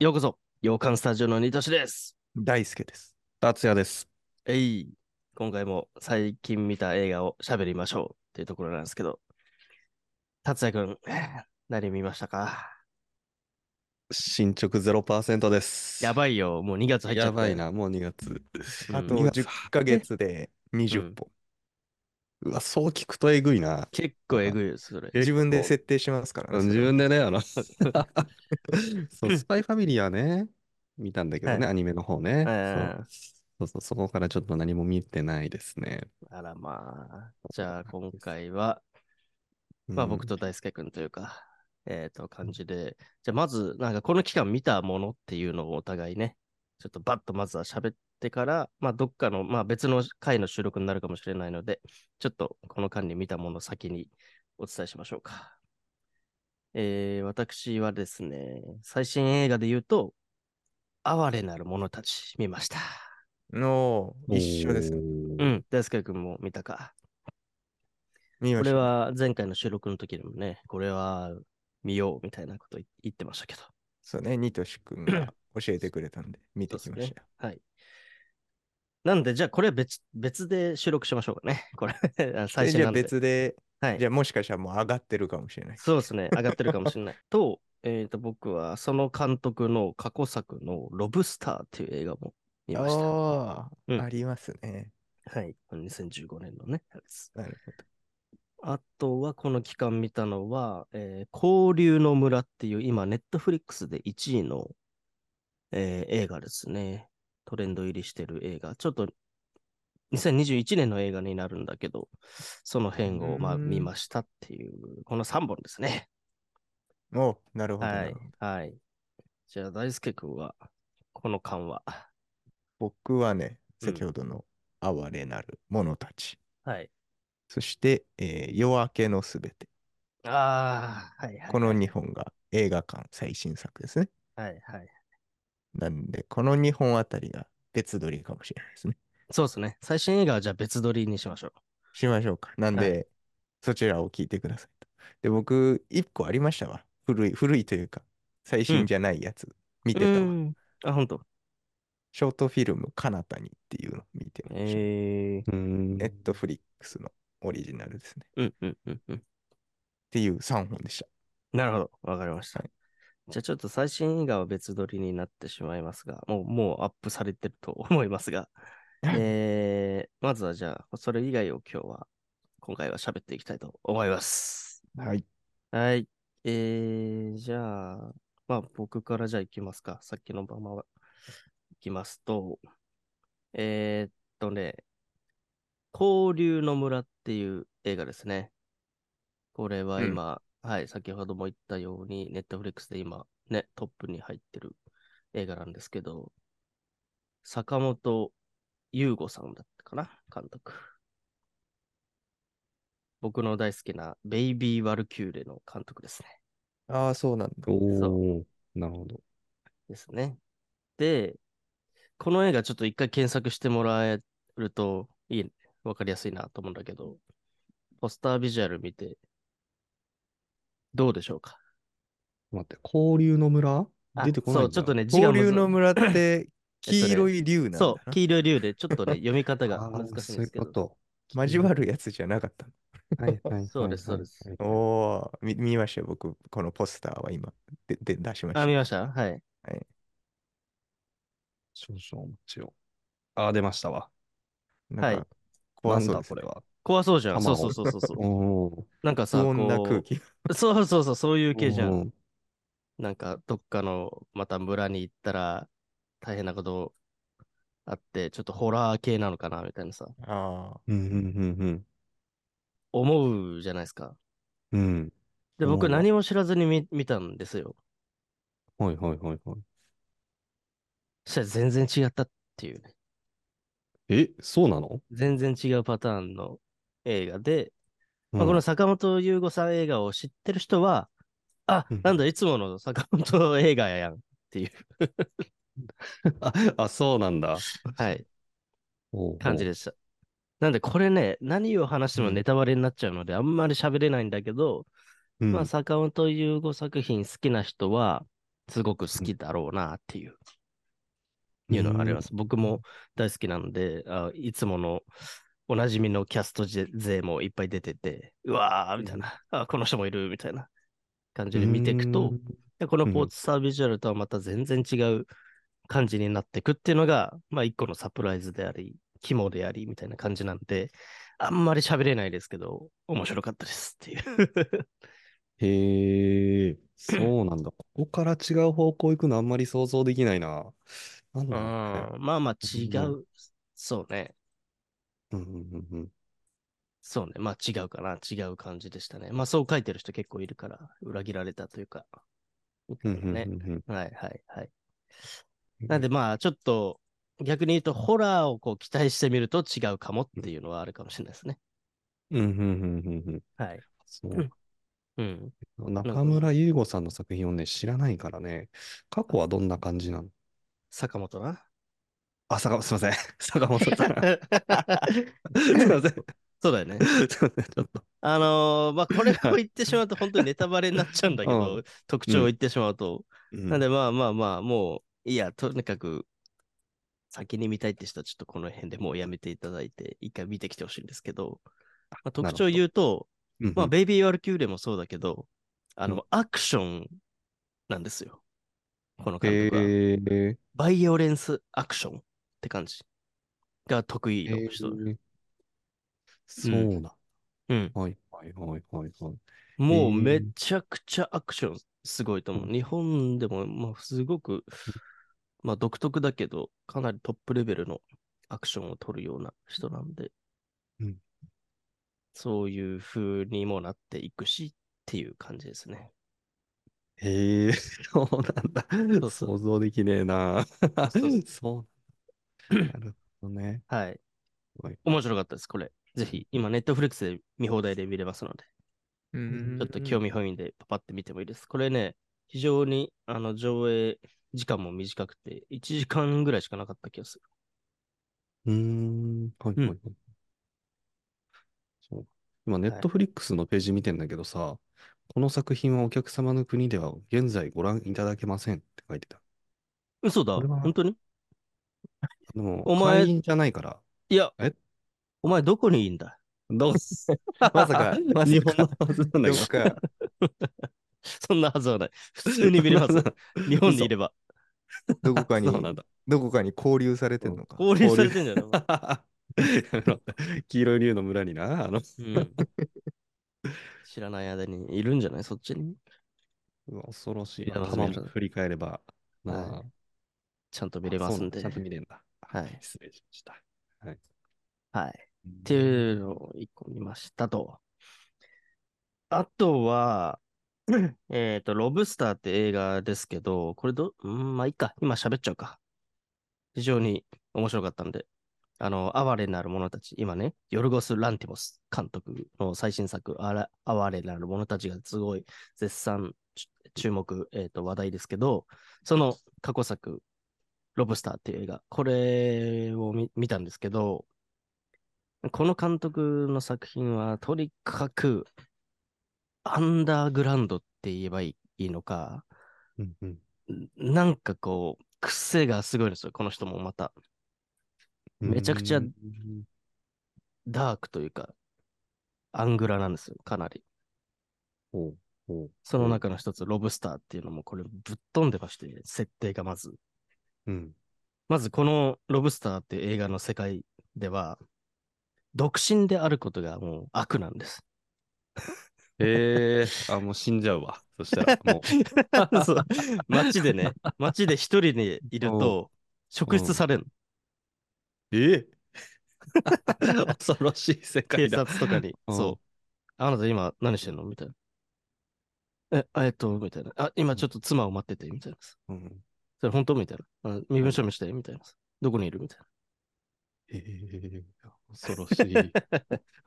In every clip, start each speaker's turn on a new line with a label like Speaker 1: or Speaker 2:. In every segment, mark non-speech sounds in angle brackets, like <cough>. Speaker 1: ようこそ、洋館スタジオのニトシです。
Speaker 2: 大輔です。達也です。
Speaker 1: えい。今回も最近見た映画を喋りましょうっていうところなんですけど、達也くん、何見ましたか
Speaker 2: 進捗0%です。
Speaker 1: やばいよ、もう2月入っちゃ
Speaker 2: や
Speaker 1: った。
Speaker 2: ばい。な、もう2月。
Speaker 1: うん
Speaker 2: あと
Speaker 1: 2
Speaker 2: 10ヶ月で20本。うわ、そう聞くとえぐいな。
Speaker 1: 結構えぐいよ、それ。
Speaker 2: 自分で
Speaker 1: 結
Speaker 2: 設定しますからね。そ
Speaker 3: 自
Speaker 2: れは
Speaker 3: 分でね、
Speaker 1: <laughs>
Speaker 3: あの、そう
Speaker 2: そう、スパイファミリーはね、見たんだけどね、
Speaker 1: はい
Speaker 2: アニメの方ね。
Speaker 1: ええ
Speaker 2: そうそうそう、そこからちょっと何も見てないですね。
Speaker 1: あらまあ。じゃあ今回は、まあ
Speaker 2: うん
Speaker 1: 僕と大輔くんというか、えっ、と、感じで、じゃあまず、なんかこの期間見たものっていうのをお互いね、ちょっとバッとまずは喋ってから、まあどっかの、まあ別の回の収録になるかもしれないので、ちょっとこの間に見たものを先にお伝えしましょうか。えー、私はですね、最新映画で言うと、哀れなる者たち見ました。
Speaker 3: の一緒ですね。
Speaker 2: お
Speaker 1: う
Speaker 2: ー
Speaker 1: ん、大輔くんも見たか。
Speaker 3: 見ま
Speaker 1: こ
Speaker 3: し
Speaker 1: れ
Speaker 3: た
Speaker 1: は前回の収録の時でもね、これは見ようみたいなこと言言ってましたけど。
Speaker 3: そうね、ニトシ君が教えてくれたんで、見てきましたよ。
Speaker 1: はい。なんで、じゃあこれは別別で収録しましょうかね。 <laughs> これ、あ最初
Speaker 3: でじゃ
Speaker 1: な
Speaker 3: あ
Speaker 1: んで。
Speaker 3: 別で、
Speaker 1: はい
Speaker 3: じゃあもしかしたらもう上がってるかもしれない。
Speaker 1: そうですね。上がってるかもしれない。 <laughs> と、えっ、と、僕はその監督の過去作のロブスターっていう映画も見ました。
Speaker 3: ああ、
Speaker 1: うん
Speaker 3: ありますね。
Speaker 1: はい。2015年のね、やつ。
Speaker 3: なるほ
Speaker 1: あとは、この期間見たのは、えー交流の村っていう、今、ネットフリックスで1位の、えー映画ですね。トレンド入りしてる映画。ちょっと、2021年の映画になるんだけど、その辺を、まあ、
Speaker 3: うん
Speaker 1: 見ましたっていう、この3本ですね。
Speaker 3: ど。おなるほどな
Speaker 1: は
Speaker 3: る
Speaker 1: い
Speaker 3: ほど。。
Speaker 1: はい。じゃあ、大輔君は、この間は。
Speaker 3: 僕はね、
Speaker 1: うん
Speaker 3: 先ほどの哀れなる者たち。
Speaker 1: はい。
Speaker 3: そして、えー夜明けのすべて。
Speaker 1: ああ、はいはい。
Speaker 3: この2本が映画館最新作ですね。
Speaker 1: はいはい。
Speaker 3: なんで、この2本あたりが別撮りかもしれないですね。
Speaker 1: そうですね。最新映画はじゃあ別撮りにしましょう。
Speaker 3: しましょうか。なんで、
Speaker 1: は
Speaker 3: そちらを聞いてくださいと。で、僕、一個ありましたわ。古い、古いというか、最
Speaker 1: うん
Speaker 3: 新じゃないやつ、見てたわ。
Speaker 1: うんあ、本当。
Speaker 3: ショートフィルム、かなたにっていうのを見てました。
Speaker 1: ええ
Speaker 2: うん
Speaker 3: ネットフリックスのオリジナルですね。っ
Speaker 1: うんうんうんうん。
Speaker 3: ていう3本でした。
Speaker 1: なるほど。わかりました。
Speaker 3: は
Speaker 1: じゃあちょっと最新映画は別撮りになってしまいますが、もう、もうアップされてると思います <laughs> が、えー、まずはじゃあ、それ以外を今日は、今回は喋っていきたいと思います。
Speaker 3: はい。
Speaker 1: はい。えー、じゃあ、まあ僕からじゃあ行きますか。さっきのまま行きますと、えー、っとね、交流の村っていう映画ですね。これは
Speaker 3: うん
Speaker 1: 今、はい、先ほども言ったように、ネットフリックスで今、ね、トップに入ってる映画なんですけど、坂本優吾さんだったかな、監督。僕の大好きなベイビー・ワルキューレの監督ですね。
Speaker 3: ああ、そうなんだ。
Speaker 2: おーなるほど。
Speaker 1: ですね。で、この映画ちょっと一回検索してもらえるといい、わかりやすいなと思うんだけど、ポスタービジュアル見て、どうでしょうか
Speaker 2: 待って、交流の村
Speaker 1: あ
Speaker 2: 出てこない
Speaker 1: そ
Speaker 2: ん
Speaker 1: う、
Speaker 2: だ
Speaker 1: ちょっとね、字が
Speaker 3: 交
Speaker 1: むず
Speaker 3: 流の村って、黄色い竜なんだな、
Speaker 1: そう、黄色い竜で、ちょっとね、読み方が
Speaker 2: あー
Speaker 1: 難しいんですけ
Speaker 2: そういうこ
Speaker 1: ど。
Speaker 2: と。
Speaker 3: 交わるやつじゃなかった
Speaker 2: はいはいはい
Speaker 1: <laughs> そうですそ
Speaker 2: はい
Speaker 1: うです
Speaker 2: はい
Speaker 3: の。おー見、見ましたよ。僕、このポスターは今、でで出しました。
Speaker 1: あ、見ましたはい。
Speaker 2: 少々お待ちを。ああ、出ましたわ。
Speaker 3: なんか
Speaker 1: はい
Speaker 3: 怖
Speaker 2: なん
Speaker 3: そう
Speaker 2: だ
Speaker 3: です
Speaker 2: こ
Speaker 3: ね
Speaker 2: れは。
Speaker 1: 怖そうじゃん。そう
Speaker 2: 卵
Speaker 1: そうそうそうそ
Speaker 2: <laughs>
Speaker 1: う。
Speaker 2: おー
Speaker 1: なんかさ、
Speaker 3: 不
Speaker 1: こ
Speaker 3: 穏な空
Speaker 1: う、
Speaker 3: 気。
Speaker 1: そうそうそう、そういう系じゃん。
Speaker 2: おー
Speaker 1: なんか、どっかの、また村に行ったら、大変なことあって、ちょっとホラー系なのかな、みたいなさ、
Speaker 3: あ
Speaker 2: うんうん
Speaker 1: 思うじゃないですか。
Speaker 2: うんうん。
Speaker 1: で、
Speaker 2: 思
Speaker 1: 僕
Speaker 2: うわ
Speaker 1: 何も知らずに見見たんですよ。
Speaker 2: うん。はいはいはいはい。
Speaker 1: そしたら全然違ったっていうね。
Speaker 2: え、そうなの、
Speaker 1: 全然違うパターンの映画で、
Speaker 2: うん、
Speaker 1: まあ、この坂本優吾さん映画を知ってる人は、あ
Speaker 2: うん、
Speaker 1: なんだ、いつもの坂本映画
Speaker 2: <laughs>
Speaker 1: やんっていう、
Speaker 2: あ、そうなんだ。
Speaker 1: はい、
Speaker 2: おー
Speaker 1: 感じでした。なんで、これね、何を話しても
Speaker 2: うん
Speaker 1: ネタバレになっちゃうので、あんまり喋れないんだけど、
Speaker 2: うん
Speaker 1: まあ、坂本優吾作品好きな人は、すごく好きだろうなっていう、いうのがあります。僕も大好きなんで、あいつものおなじみのキャスト勢勢もいっぱい出てて、うわーみたいな、あこの人もいるみたいな感じで見ていくと、でこのポーツサービジュアルとはまた全然違う感じになっていくっていうのが、まあ一個のサプライズであり、肝でありみたいな感じなんで、あんまり喋れないですけど、面白かったですっていう。
Speaker 2: へえ、そうなんだ。ここから違う方向行くのあんまり想像できないな。なんだろうね。
Speaker 1: うんまあまあ違
Speaker 2: う
Speaker 1: う。そうね。
Speaker 2: うんうんうんうん
Speaker 1: そうね。まあ違うかな。違う感じでしたね。まあそう書いてる人結構いるから、裏切られたというか。
Speaker 2: うんうん
Speaker 1: ね。
Speaker 2: うんうん
Speaker 1: はいはいはい。なんでまあちょっと逆に言うとホラーをこう期待してみると違うかもっていうのはあるかもしれないですね。
Speaker 2: うんうんうんうんうん
Speaker 1: はい。
Speaker 2: そううん
Speaker 1: うん。 <laughs>
Speaker 2: 中村優吾さんの作品をね、知らないからね、過去はどんな感じなの <laughs>
Speaker 1: 坂本な。 <laughs>
Speaker 2: あ、坂本、 <laughs> すいません。坂本さん。 <laughs> すいません。すい <laughs>
Speaker 1: そうだよね。
Speaker 2: ません。ちょ
Speaker 1: <laughs>
Speaker 2: っと。
Speaker 1: あのーまあこれを言ってしまうと本当にネタバレになっちゃうんだけど、
Speaker 2: う
Speaker 1: 特徴を言ってしまうと、
Speaker 2: うん
Speaker 1: なんでまあまあまあ、もう、いや、とにかく、先に見たいって人はちょっとこの辺でもうやめていただいて、一回見てきてほしいんですけど、まあ、特徴を言うと、
Speaker 2: うんうん
Speaker 1: まあ、ベイビー・ワルキューレもそうだけど、あ
Speaker 2: うん
Speaker 1: の、アクションなんですよ。この監
Speaker 2: へ
Speaker 1: 督は。
Speaker 2: え。
Speaker 1: バイオレンス・アクションって感じが得意の人。
Speaker 2: へーそうだ。
Speaker 1: うん。
Speaker 2: はいはいはいはいはい。
Speaker 1: もう
Speaker 2: へー
Speaker 1: めちゃくちゃアクションすごいと思う。日本でも、まあ、すごく、まあ、独特だけど、かなりトップレベルのアクションを取るような人なんで、
Speaker 2: うん
Speaker 1: そういう風にもなっていくしっていう感じですね。
Speaker 2: へえ、 <laughs> そうなん
Speaker 1: そ
Speaker 2: だ。
Speaker 1: うそう
Speaker 2: 想像できねえな。
Speaker 1: そうそ
Speaker 2: そう <laughs> なんだ。なるほどね。
Speaker 1: はい
Speaker 2: はい。
Speaker 1: 面白かったです、これ。ぜひ、今、ネットフリックスで見放題で見れますので、
Speaker 3: うん
Speaker 1: ちょっと興味本位でパパって見てもいいです。これね、非常に、あの、上映時間も短くて、1時間ぐらいしかなかった気がする。
Speaker 2: うーん。はいはいはい。そう。今、ネットフリックスのページ見てんだけどさ、この作品はお客様の国では現在ご覧いただけませんって書いてた。
Speaker 1: 嘘だ、
Speaker 2: これは
Speaker 1: 本当に
Speaker 2: でも、
Speaker 1: お前
Speaker 2: 会員じゃないから。
Speaker 1: いや、
Speaker 2: え
Speaker 1: お前どこにいいんだ <laughs>
Speaker 2: どう <laughs> まさ
Speaker 3: まさ
Speaker 2: か
Speaker 3: か、
Speaker 2: 日本のはずなんだけ
Speaker 3: でも
Speaker 2: ど。
Speaker 3: か、
Speaker 1: そんなはずはない。普通に見
Speaker 2: <laughs>
Speaker 1: れます。日本にいれば。
Speaker 3: どこ
Speaker 1: <laughs>
Speaker 3: かに
Speaker 2: そうなんだ。
Speaker 3: どこかに交流されてんのか。
Speaker 1: 交流されてんじゃないお前
Speaker 2: やめろ黄色い竜の村にな、あの、
Speaker 1: うん、知らない間にいるんじゃないそっちに。
Speaker 2: うわ恐ろし
Speaker 1: 見
Speaker 2: い
Speaker 1: れ
Speaker 2: な。
Speaker 1: ます見
Speaker 2: 頭
Speaker 1: れ
Speaker 2: も
Speaker 1: ます
Speaker 2: 振り返れば。なあ
Speaker 1: はちゃんと見れますんで。
Speaker 2: あそうなんだちゃんと見れんだ。
Speaker 1: はい。
Speaker 2: 失礼しました。
Speaker 1: はい。
Speaker 2: っ
Speaker 1: っていうのを一個見ましたと。あとは、 <clears throat> えっ、と、ロブスターって映画ですけど、これど、うん、まあいいか。今喋っちゃうか。非常に面白かったんで。あの、哀れなる者たち、今ね、ヨルゴス・ランティモス監督の最新作、あら哀れなる者たちがすごい絶賛ち注目、えっ、と、話題ですけど、その過去作、ロブスターっていう映画、これを見見たんですけど、この監督の作品は、とにかく、アンダーグラウンドって言えばいいのか、
Speaker 2: うんうん
Speaker 1: んなんかこう、癖がすごいんですよ、この人もまた。めちゃくちゃ
Speaker 2: うん
Speaker 1: ダークというか、アングラなんですよ、かなり。
Speaker 2: ほうほう
Speaker 1: その中の一つ、ロブスターっていうのも、これぶっ飛んでまして、設定がまず。 <laughs>
Speaker 2: うん
Speaker 1: まずこのロブスターっていう映画の世界では、独身であることがもう悪なんです。
Speaker 2: えー、あ、もう死んじゃうわ。そしたら、も
Speaker 1: <laughs>
Speaker 2: う。<laughs>
Speaker 1: そう街でね、街で一人でいると、職質される
Speaker 2: え <laughs> ー恐ろしい世
Speaker 1: 警
Speaker 2: 界だ。
Speaker 1: 察とかに。
Speaker 2: うん
Speaker 1: そう。あなた今何してんのみたいな。え、あえっと、みたいな。あ、今ちょっと妻を待ってて、みたいな。そ
Speaker 2: うん
Speaker 1: れ本当みたいな。あ身分証明して、みたいな。どこにいるみたいな。
Speaker 2: えー、恐ろし
Speaker 1: <laughs>
Speaker 2: い。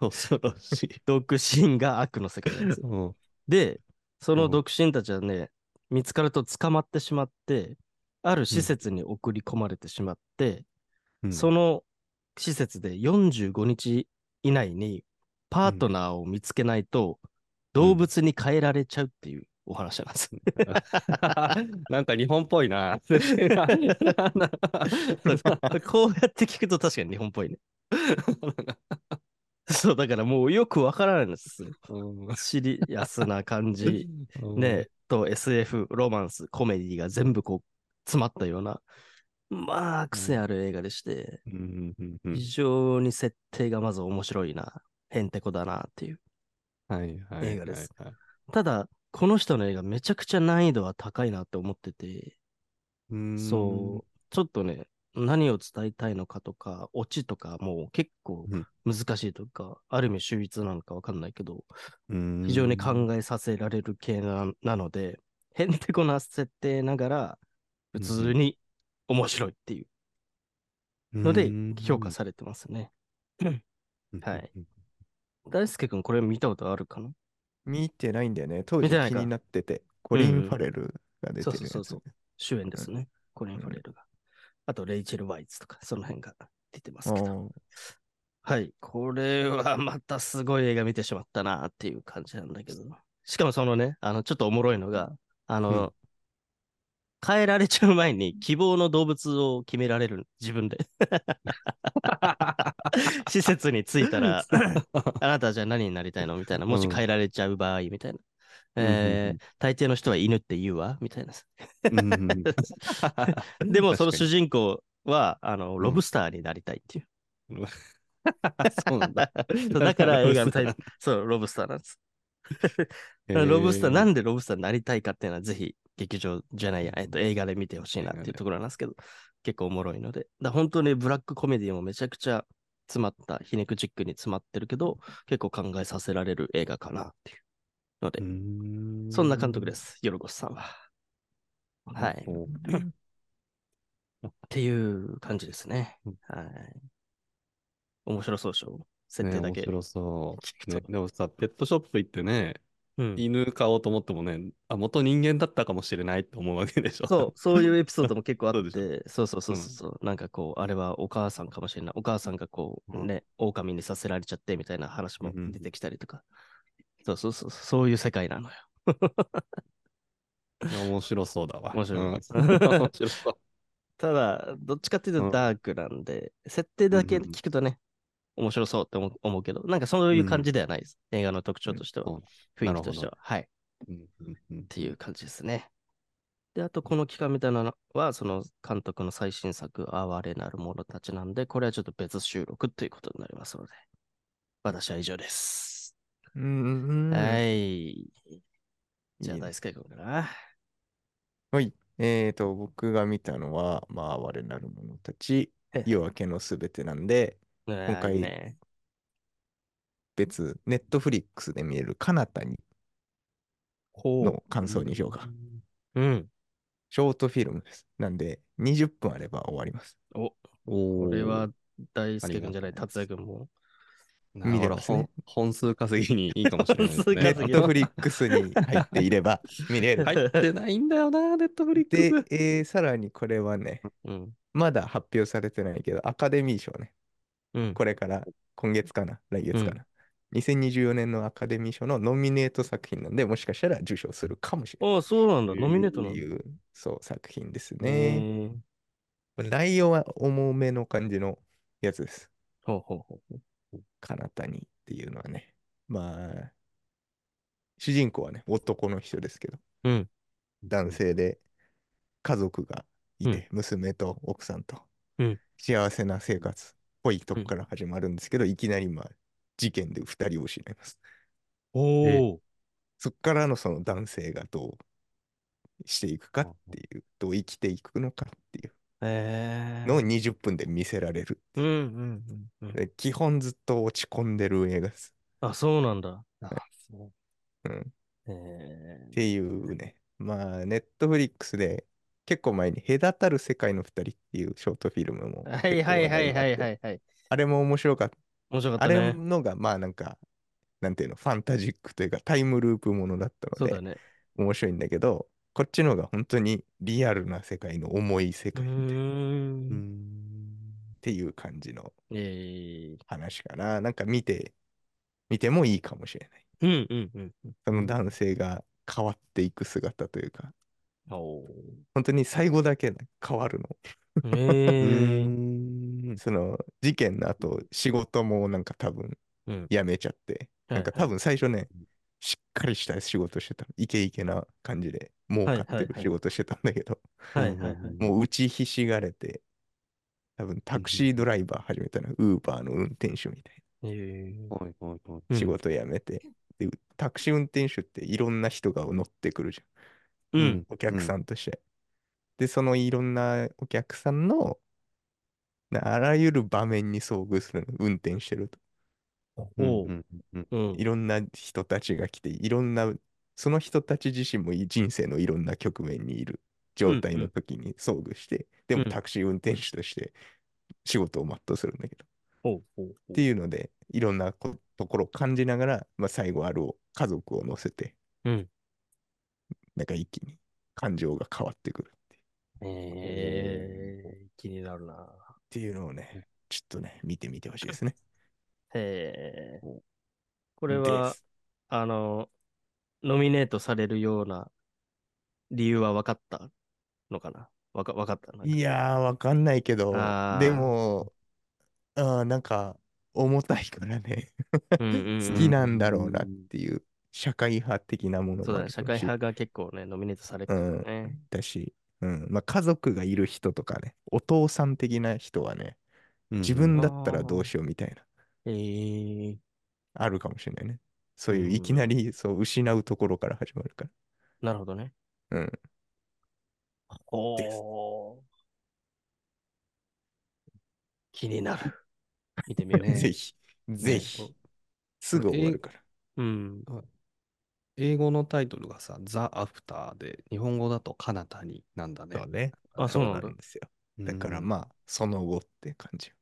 Speaker 2: 恐ろしい。
Speaker 1: 独身が悪の世界なんですよ。
Speaker 2: うん
Speaker 1: <laughs> で、そうの
Speaker 2: ん
Speaker 1: 独身たちはね、見つかると捕まってしまって、ある施設に送り込まれてしまって、
Speaker 2: うん
Speaker 1: その施設で45日以内にパートナーを見つけないと動物に変えられちゃうっていうお話なんです。
Speaker 2: <laughs> なんか日本っぽ
Speaker 1: <laughs>
Speaker 2: いな。
Speaker 1: こうやって聞くと確かに日本っぽい
Speaker 2: <laughs>
Speaker 1: ね。そう、だからもうよくわからないんです。シリアスな感
Speaker 2: <laughs>
Speaker 1: じ、ね、と SF、ロマンス、コメディが全部こう詰まったような、まあ、癖ある映画でして、
Speaker 2: うんうんうん
Speaker 1: 非常に設定がまず面白いな、へんてこだなっていう。
Speaker 2: はいはい
Speaker 1: 映画です
Speaker 2: はいはい
Speaker 1: ただ、この人の映画めちゃくちゃ難易度は高いなって思ってて、
Speaker 2: うーん
Speaker 1: そう、ちょっとね、何を伝えたいのかとか、オチとかもう結構
Speaker 2: うん
Speaker 1: 難しいというか、ある意味秀逸なのかわかんないけど、
Speaker 2: うーん。
Speaker 1: 非常に考えさせられる系ななので、へんてこな設定ながら、普通に面白いっていうので評価されてますね。
Speaker 2: れ
Speaker 1: はい。大輔君、これ見たことあるかな
Speaker 3: 見てないんだよね。当時
Speaker 1: 見てない
Speaker 3: 気
Speaker 1: か
Speaker 3: になってて。コリン・ファレルが出てるやつ、
Speaker 1: そうそうそう主演ですね、コリン・ファレルが。あと、レイチェル・ワイツとか、その辺が出てますけど。
Speaker 3: あー
Speaker 1: はい。これはまたすごい映画見てしまったなっていう感じなんだけど。しかもそのね、あの、ちょっとおもろいのが、あの、
Speaker 2: うん
Speaker 1: 変えられちゃう前に希望の動物を決められる、自分で。 <laughs> 施設に着いた <laughs> ら、あなたはじゃあ何になりたいのみたいな。もし変えられちゃう場合、みたいな。えー大抵の人は犬って言うわ、みたいな。
Speaker 2: <laughs>
Speaker 1: <laughs>
Speaker 2: うんうんうん
Speaker 1: でも、その
Speaker 2: 確か
Speaker 1: 主人公は、あの、ロブスターになりたいって <laughs> いう。
Speaker 2: にそうなん <laughs> だ。
Speaker 1: <laughs> そうだから映画のタイトル、そう、ロブスターなんです。ロブスター、なんでロブスターになりたいかっていうのは、ぜひ、劇場じゃないや、えっと、映画で見てほしいなっていうところなんですけど、結構おもろいので。だから本当にブラックコメディもめちゃくちゃ詰まった、皮肉チックに詰まってるけど、結構考えさせられる映画かなっていうので、
Speaker 2: ん。
Speaker 1: そんな監督ですす、ヨルゴスさんは。はい。っ
Speaker 2: お
Speaker 1: ていう感じですね
Speaker 2: うん。
Speaker 1: はい。面白そうでしょ設定だけ。
Speaker 2: ね面白そ
Speaker 1: 聞く
Speaker 2: う、
Speaker 1: と
Speaker 2: ね。でもさ、ペットショップ行ってね、
Speaker 1: うん
Speaker 2: 犬買おうと思ってもね、あ、元人間だったかもしれないと思うわけでし
Speaker 1: <laughs>
Speaker 2: ょ。
Speaker 1: そう、そういうエピソードも結構あっ
Speaker 2: そう
Speaker 1: て、そうそうそうそうそう、なんかこう、あれはお母さんかもしれない。お母さんがこう、
Speaker 2: うん
Speaker 1: ね、狼にさせられちゃってみたいな話も
Speaker 2: うんうん
Speaker 1: 出てきたりとか。そうそうそう、そういう世界なのよ。
Speaker 2: いや <laughs> 面白そうだわ。
Speaker 1: 面 <laughs> 白い
Speaker 2: うん面白そう。
Speaker 1: ただ、どっちかっていう
Speaker 2: う
Speaker 1: と
Speaker 2: ん
Speaker 1: ダークなんで、設定だけ
Speaker 2: うんうんうん
Speaker 1: 聞くとね、面白そうって思う思うけど、なんかそういう感じではないです。映画の特徴としては、
Speaker 2: そう
Speaker 1: 雰
Speaker 2: な
Speaker 1: 囲気
Speaker 2: るほど
Speaker 1: としては。はい。
Speaker 2: うんうんうん
Speaker 1: っていう感じですね。で、あとこの期間みたいなのは、その監督の最新作、哀れなる者たちなんで、これはちょっと別収録ということになりますので、私は以上です。
Speaker 3: うんうんうん
Speaker 1: はい。じゃあ
Speaker 3: いいね
Speaker 1: 大輔君かな。
Speaker 3: えーと、僕が見たのは、まあ、我なる者たち
Speaker 1: ええ、
Speaker 3: 夜明けのすべてなんで、
Speaker 1: 今
Speaker 3: 回
Speaker 1: ね。
Speaker 3: 別、ネットフリックスで見える彼方にの感想に評価。
Speaker 1: うん。
Speaker 3: ショートフィルムです。なんで、20分あれば終わります。
Speaker 2: お
Speaker 1: こ
Speaker 2: ー
Speaker 1: れは、大輔
Speaker 2: ありがと
Speaker 1: 君
Speaker 2: う
Speaker 1: じゃない、達也君も。
Speaker 2: なるほ
Speaker 3: 見れ
Speaker 2: ど
Speaker 3: ますね
Speaker 2: 本本数稼ぎにいいかもしれないです
Speaker 1: 本数
Speaker 3: ネ
Speaker 1: 稼
Speaker 2: ね
Speaker 1: ぎ。
Speaker 3: ットフリックスに入っていれば見れる。
Speaker 1: は
Speaker 2: 入ってないんだよな、ネットフリック
Speaker 3: で
Speaker 2: ス。、
Speaker 3: えーさらにこれはね、
Speaker 1: うん。
Speaker 3: まだ発表されてないけど、アカデミー賞ね、
Speaker 1: うん。
Speaker 3: これから、今月かな、来月かな。2024年のアカデミー賞のノミネート作品なんで、もしかしたら受賞するかもしれない。
Speaker 1: ああ、そうなんだ。ノミネートな
Speaker 3: っ
Speaker 1: ん
Speaker 3: て
Speaker 1: だ。
Speaker 3: いう、そう、作品です
Speaker 1: へ
Speaker 3: ね。
Speaker 1: ー。
Speaker 3: 内容は重めの感じのやつです。
Speaker 1: ほうほうほう。
Speaker 3: 彼方にっていうのはね。まあ、主人公はね、男の人ですけど、
Speaker 1: うん
Speaker 3: 男性で家族がいて、娘と奥さんと、
Speaker 1: うん
Speaker 3: 幸せな生活っぽいとこから始まるんですけど、いきなりまあ、事件で2人を失います。
Speaker 1: おお。
Speaker 3: そっからのその男性がどうしていくかっていう、どう生きていくのかっていう
Speaker 1: ええ。
Speaker 3: のを20分で見せられる。
Speaker 1: うんうんうんうん。
Speaker 3: で基本ずっと落ち込んでる映画です。
Speaker 1: あ、そうなんだ。
Speaker 2: あそう
Speaker 3: うん
Speaker 1: え
Speaker 3: っ
Speaker 1: え。
Speaker 3: ていうね。まあ、ネットフリックスで結構前に隔たる世界の二人っていうショートフィルムも。
Speaker 1: はいはいはいはいはい。はい。
Speaker 3: あれも面白かった。
Speaker 1: 面白か
Speaker 3: あ
Speaker 1: ったね。
Speaker 3: れのがまあなんか、なんていうの、ファンタジックというかタイムループものだった
Speaker 1: そ
Speaker 3: の
Speaker 1: うだ
Speaker 3: で、
Speaker 1: ね。
Speaker 3: 面白いんだけど、こっちのが本当にリアルな世界の重い世
Speaker 1: うー
Speaker 3: 界みたいなっ
Speaker 2: うー
Speaker 1: ん。
Speaker 2: ん
Speaker 3: ていう感じの
Speaker 1: ええ。
Speaker 3: 話かな。なんか見て、見てもいいかもしれない。
Speaker 1: うんうんうん。
Speaker 3: その男性が変わっていく姿というか、
Speaker 1: おー
Speaker 3: 本当に最後だけね変わるの。
Speaker 2: う
Speaker 1: へ
Speaker 2: ー
Speaker 1: え。
Speaker 2: ん。
Speaker 3: その事件の後、仕事もなんか多分
Speaker 1: うん
Speaker 3: 辞めちゃって、なんか多
Speaker 1: 分、
Speaker 3: 分最初ね、しっかりした仕事してたの。イケイケな感じで、儲か
Speaker 1: は
Speaker 3: っ
Speaker 1: いは
Speaker 3: て
Speaker 1: い
Speaker 3: る
Speaker 1: はい
Speaker 3: 仕事してたんだけど、
Speaker 1: はいはいはい。
Speaker 3: もう打ちひしがれて、多分タクシードライバー始めたの、ウーバーの運転手みたい
Speaker 1: へー
Speaker 2: はいはいはい。
Speaker 1: うん
Speaker 3: な仕事辞めて、で、タクシー運転手っていろんな人が乗ってくるじゃん。
Speaker 1: うん。
Speaker 3: お客さんとして。で、そのいろんなお客さんの、なあらゆる場面に遭遇するの、運転してると。
Speaker 2: うん。
Speaker 1: お
Speaker 2: う
Speaker 1: うん
Speaker 2: うん
Speaker 1: うん
Speaker 3: い。ろんな人たちが来て、いろんな、その人たち自身もい人生のいろんな局面にいる状態の時に遭遇して、
Speaker 1: ん
Speaker 3: でもタクシー運転手として仕事を全うするんだけど。
Speaker 1: ほうほうほ
Speaker 3: っていうので、いろんなこところを感じながら、まあ、最後あるを家族を乗せて、
Speaker 1: うん
Speaker 3: なんか一気に感情が変わってくるっていう
Speaker 1: う。えー、気になるな。
Speaker 3: っていうのをね、ちょっとね、見てみてほしいですね。
Speaker 1: へえ
Speaker 2: お。
Speaker 1: <laughs> これ
Speaker 3: で
Speaker 1: は
Speaker 3: す、
Speaker 1: あの、ノミネートされるような理由は分かったのかなわか分かったなんか
Speaker 3: いやー、わかんないけど、
Speaker 1: あー
Speaker 3: でも、あーなんか、重たいからね、 <laughs>
Speaker 1: うんうんうん
Speaker 3: 好きなんだろうなっていう、社会派的なもの
Speaker 1: そう
Speaker 3: も
Speaker 1: だね、
Speaker 3: ある
Speaker 1: 社
Speaker 3: か
Speaker 1: 会
Speaker 3: もしれ
Speaker 1: 派が結構ね、ノミネートされてたからね。
Speaker 3: だし、うん、まあ家族がいる人とかね、お父さん的な人はね、
Speaker 2: うん
Speaker 3: 自分だったらどうしようみたいな、
Speaker 1: えー、
Speaker 3: あるかもしれないね。そういうう、
Speaker 1: ん
Speaker 3: いきなり、そう、失うところから始まるから。
Speaker 1: なるほどね。
Speaker 3: うん。
Speaker 1: おー。気に
Speaker 3: <laughs>
Speaker 1: なる。見てみよう。
Speaker 3: ぜひ、ぜひ、
Speaker 1: ね
Speaker 3: すぐ終わるから。
Speaker 1: うん。
Speaker 2: 英語のタイトルがさ、ザ・アフターで、日本語だとカナタになんだね
Speaker 3: そう。ね。
Speaker 1: あそうなんだ
Speaker 3: ですよ。だからま
Speaker 2: あ。
Speaker 3: あ、その後って感じ。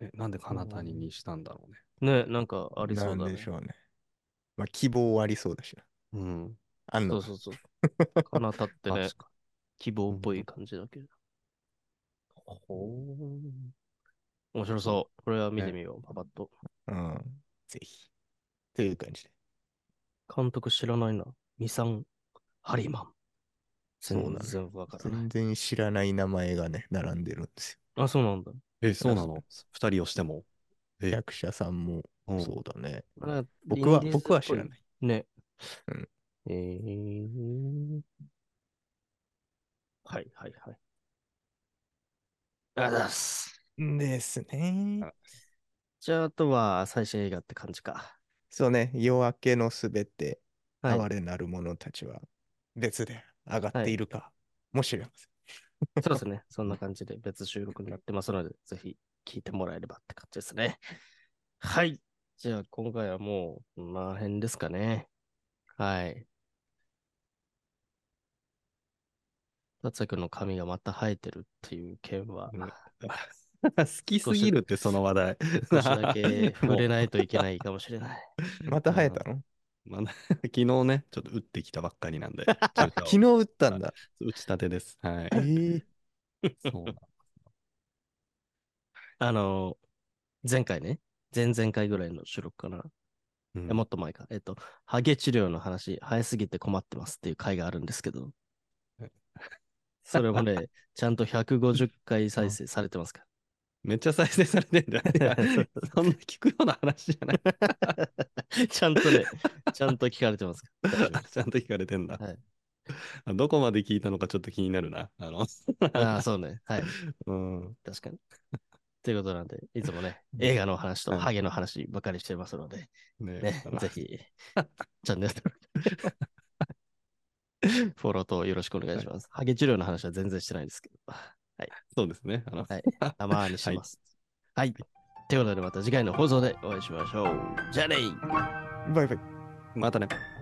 Speaker 2: えなんでカナタににしたんだろう
Speaker 1: ね、
Speaker 2: ね。
Speaker 1: なんかありそうだ
Speaker 3: なん
Speaker 1: ね
Speaker 3: で。しょうね。まあ、希望ありそうだしな。
Speaker 2: うん。
Speaker 3: あ
Speaker 1: そ
Speaker 3: んの
Speaker 1: う
Speaker 3: か
Speaker 1: そう
Speaker 3: <laughs>
Speaker 1: そう。彼方ってね
Speaker 2: 確、か
Speaker 1: 希望っぽい感じだけど。ほー。面白そう。これは見てみよう、パパッと。
Speaker 3: うん。ぜひ。という感じで。
Speaker 1: 監督知らないな。ミサン・ハリマン。
Speaker 3: そうだ
Speaker 1: 全
Speaker 3: ね
Speaker 1: 然わからない。
Speaker 3: 全然知らない名前がね、並んでるんです
Speaker 1: あ、そうなんだ。
Speaker 2: え、そうなの二人をしても。
Speaker 3: よ。
Speaker 2: え
Speaker 3: 役者さんも、
Speaker 2: うん
Speaker 3: そうだね。
Speaker 1: なんか
Speaker 3: 僕は、
Speaker 1: イギリスっぽ
Speaker 3: 僕は知らない。
Speaker 1: ね。
Speaker 3: うん
Speaker 1: えー。はいはいはい。ありがとうございます。
Speaker 3: ですね
Speaker 2: あ。
Speaker 1: じゃあ、あとは最新映画って感じか。
Speaker 3: そうね、夜明けのすべて、
Speaker 1: はい
Speaker 3: 哀れなる者たちは別で上がっ
Speaker 1: はい
Speaker 3: ているかもしれません。
Speaker 1: そうですね。 <laughs> そんな感じで別収録になってますので、ぜひ聞いてもらえればって感じですね。はい。じゃあ、今回はもう、この辺ですかね。はい。達也君の髪がまた生えてるっていう件は、
Speaker 3: うん
Speaker 2: 好きすぎるって、その話題。
Speaker 1: 少しだけ触
Speaker 2: <laughs>
Speaker 1: れないといけないかもしれない。
Speaker 3: また生えたの
Speaker 2: まあ、な昨日ね、ちょっと打ってきたばっかり <laughs> なんで、ちょっと
Speaker 3: 昨日打ったんだ。
Speaker 2: 打ちたてです。はい <laughs>
Speaker 3: え。ー
Speaker 2: そうなん
Speaker 1: あの、前回ね、前々回ぐらいの収録かな。
Speaker 2: う
Speaker 1: い
Speaker 2: ん
Speaker 1: やもっと前か。えっと、ハゲ治療の話、早すぎて困ってますっていう回があるんですけど
Speaker 2: え、
Speaker 1: それも <laughs> ね、ちゃんと150回再生されてますか
Speaker 2: めっちゃ再生されてんだよ。いやそんな聞くような話じゃない。
Speaker 1: ら。ちゃん <laughs> とね、ちゃんと聞かれてますか
Speaker 2: あちゃんと聞かれてんだ、
Speaker 1: はい
Speaker 2: あどこまで聞いたのかちょっと気になるな。あの、
Speaker 1: <laughs> ら。ああ、そうね。はい。
Speaker 2: うん。
Speaker 1: 確かに。ということなんで、いつもね、映画の話とハゲの話ばかりしてますので、
Speaker 2: <laughs> ね
Speaker 1: ね
Speaker 2: あの、
Speaker 1: ぜひ、チャンネル登 <laughs> 録フォローとよろしくお願いします。ハゲ治療の話は全然してないんですけど。
Speaker 2: そうですね。あの、
Speaker 1: はい。たまにします。はい。ということで、また次回の放送でお会いしましょう。じゃあねー
Speaker 3: バイバイ。
Speaker 2: またね。
Speaker 3: バイ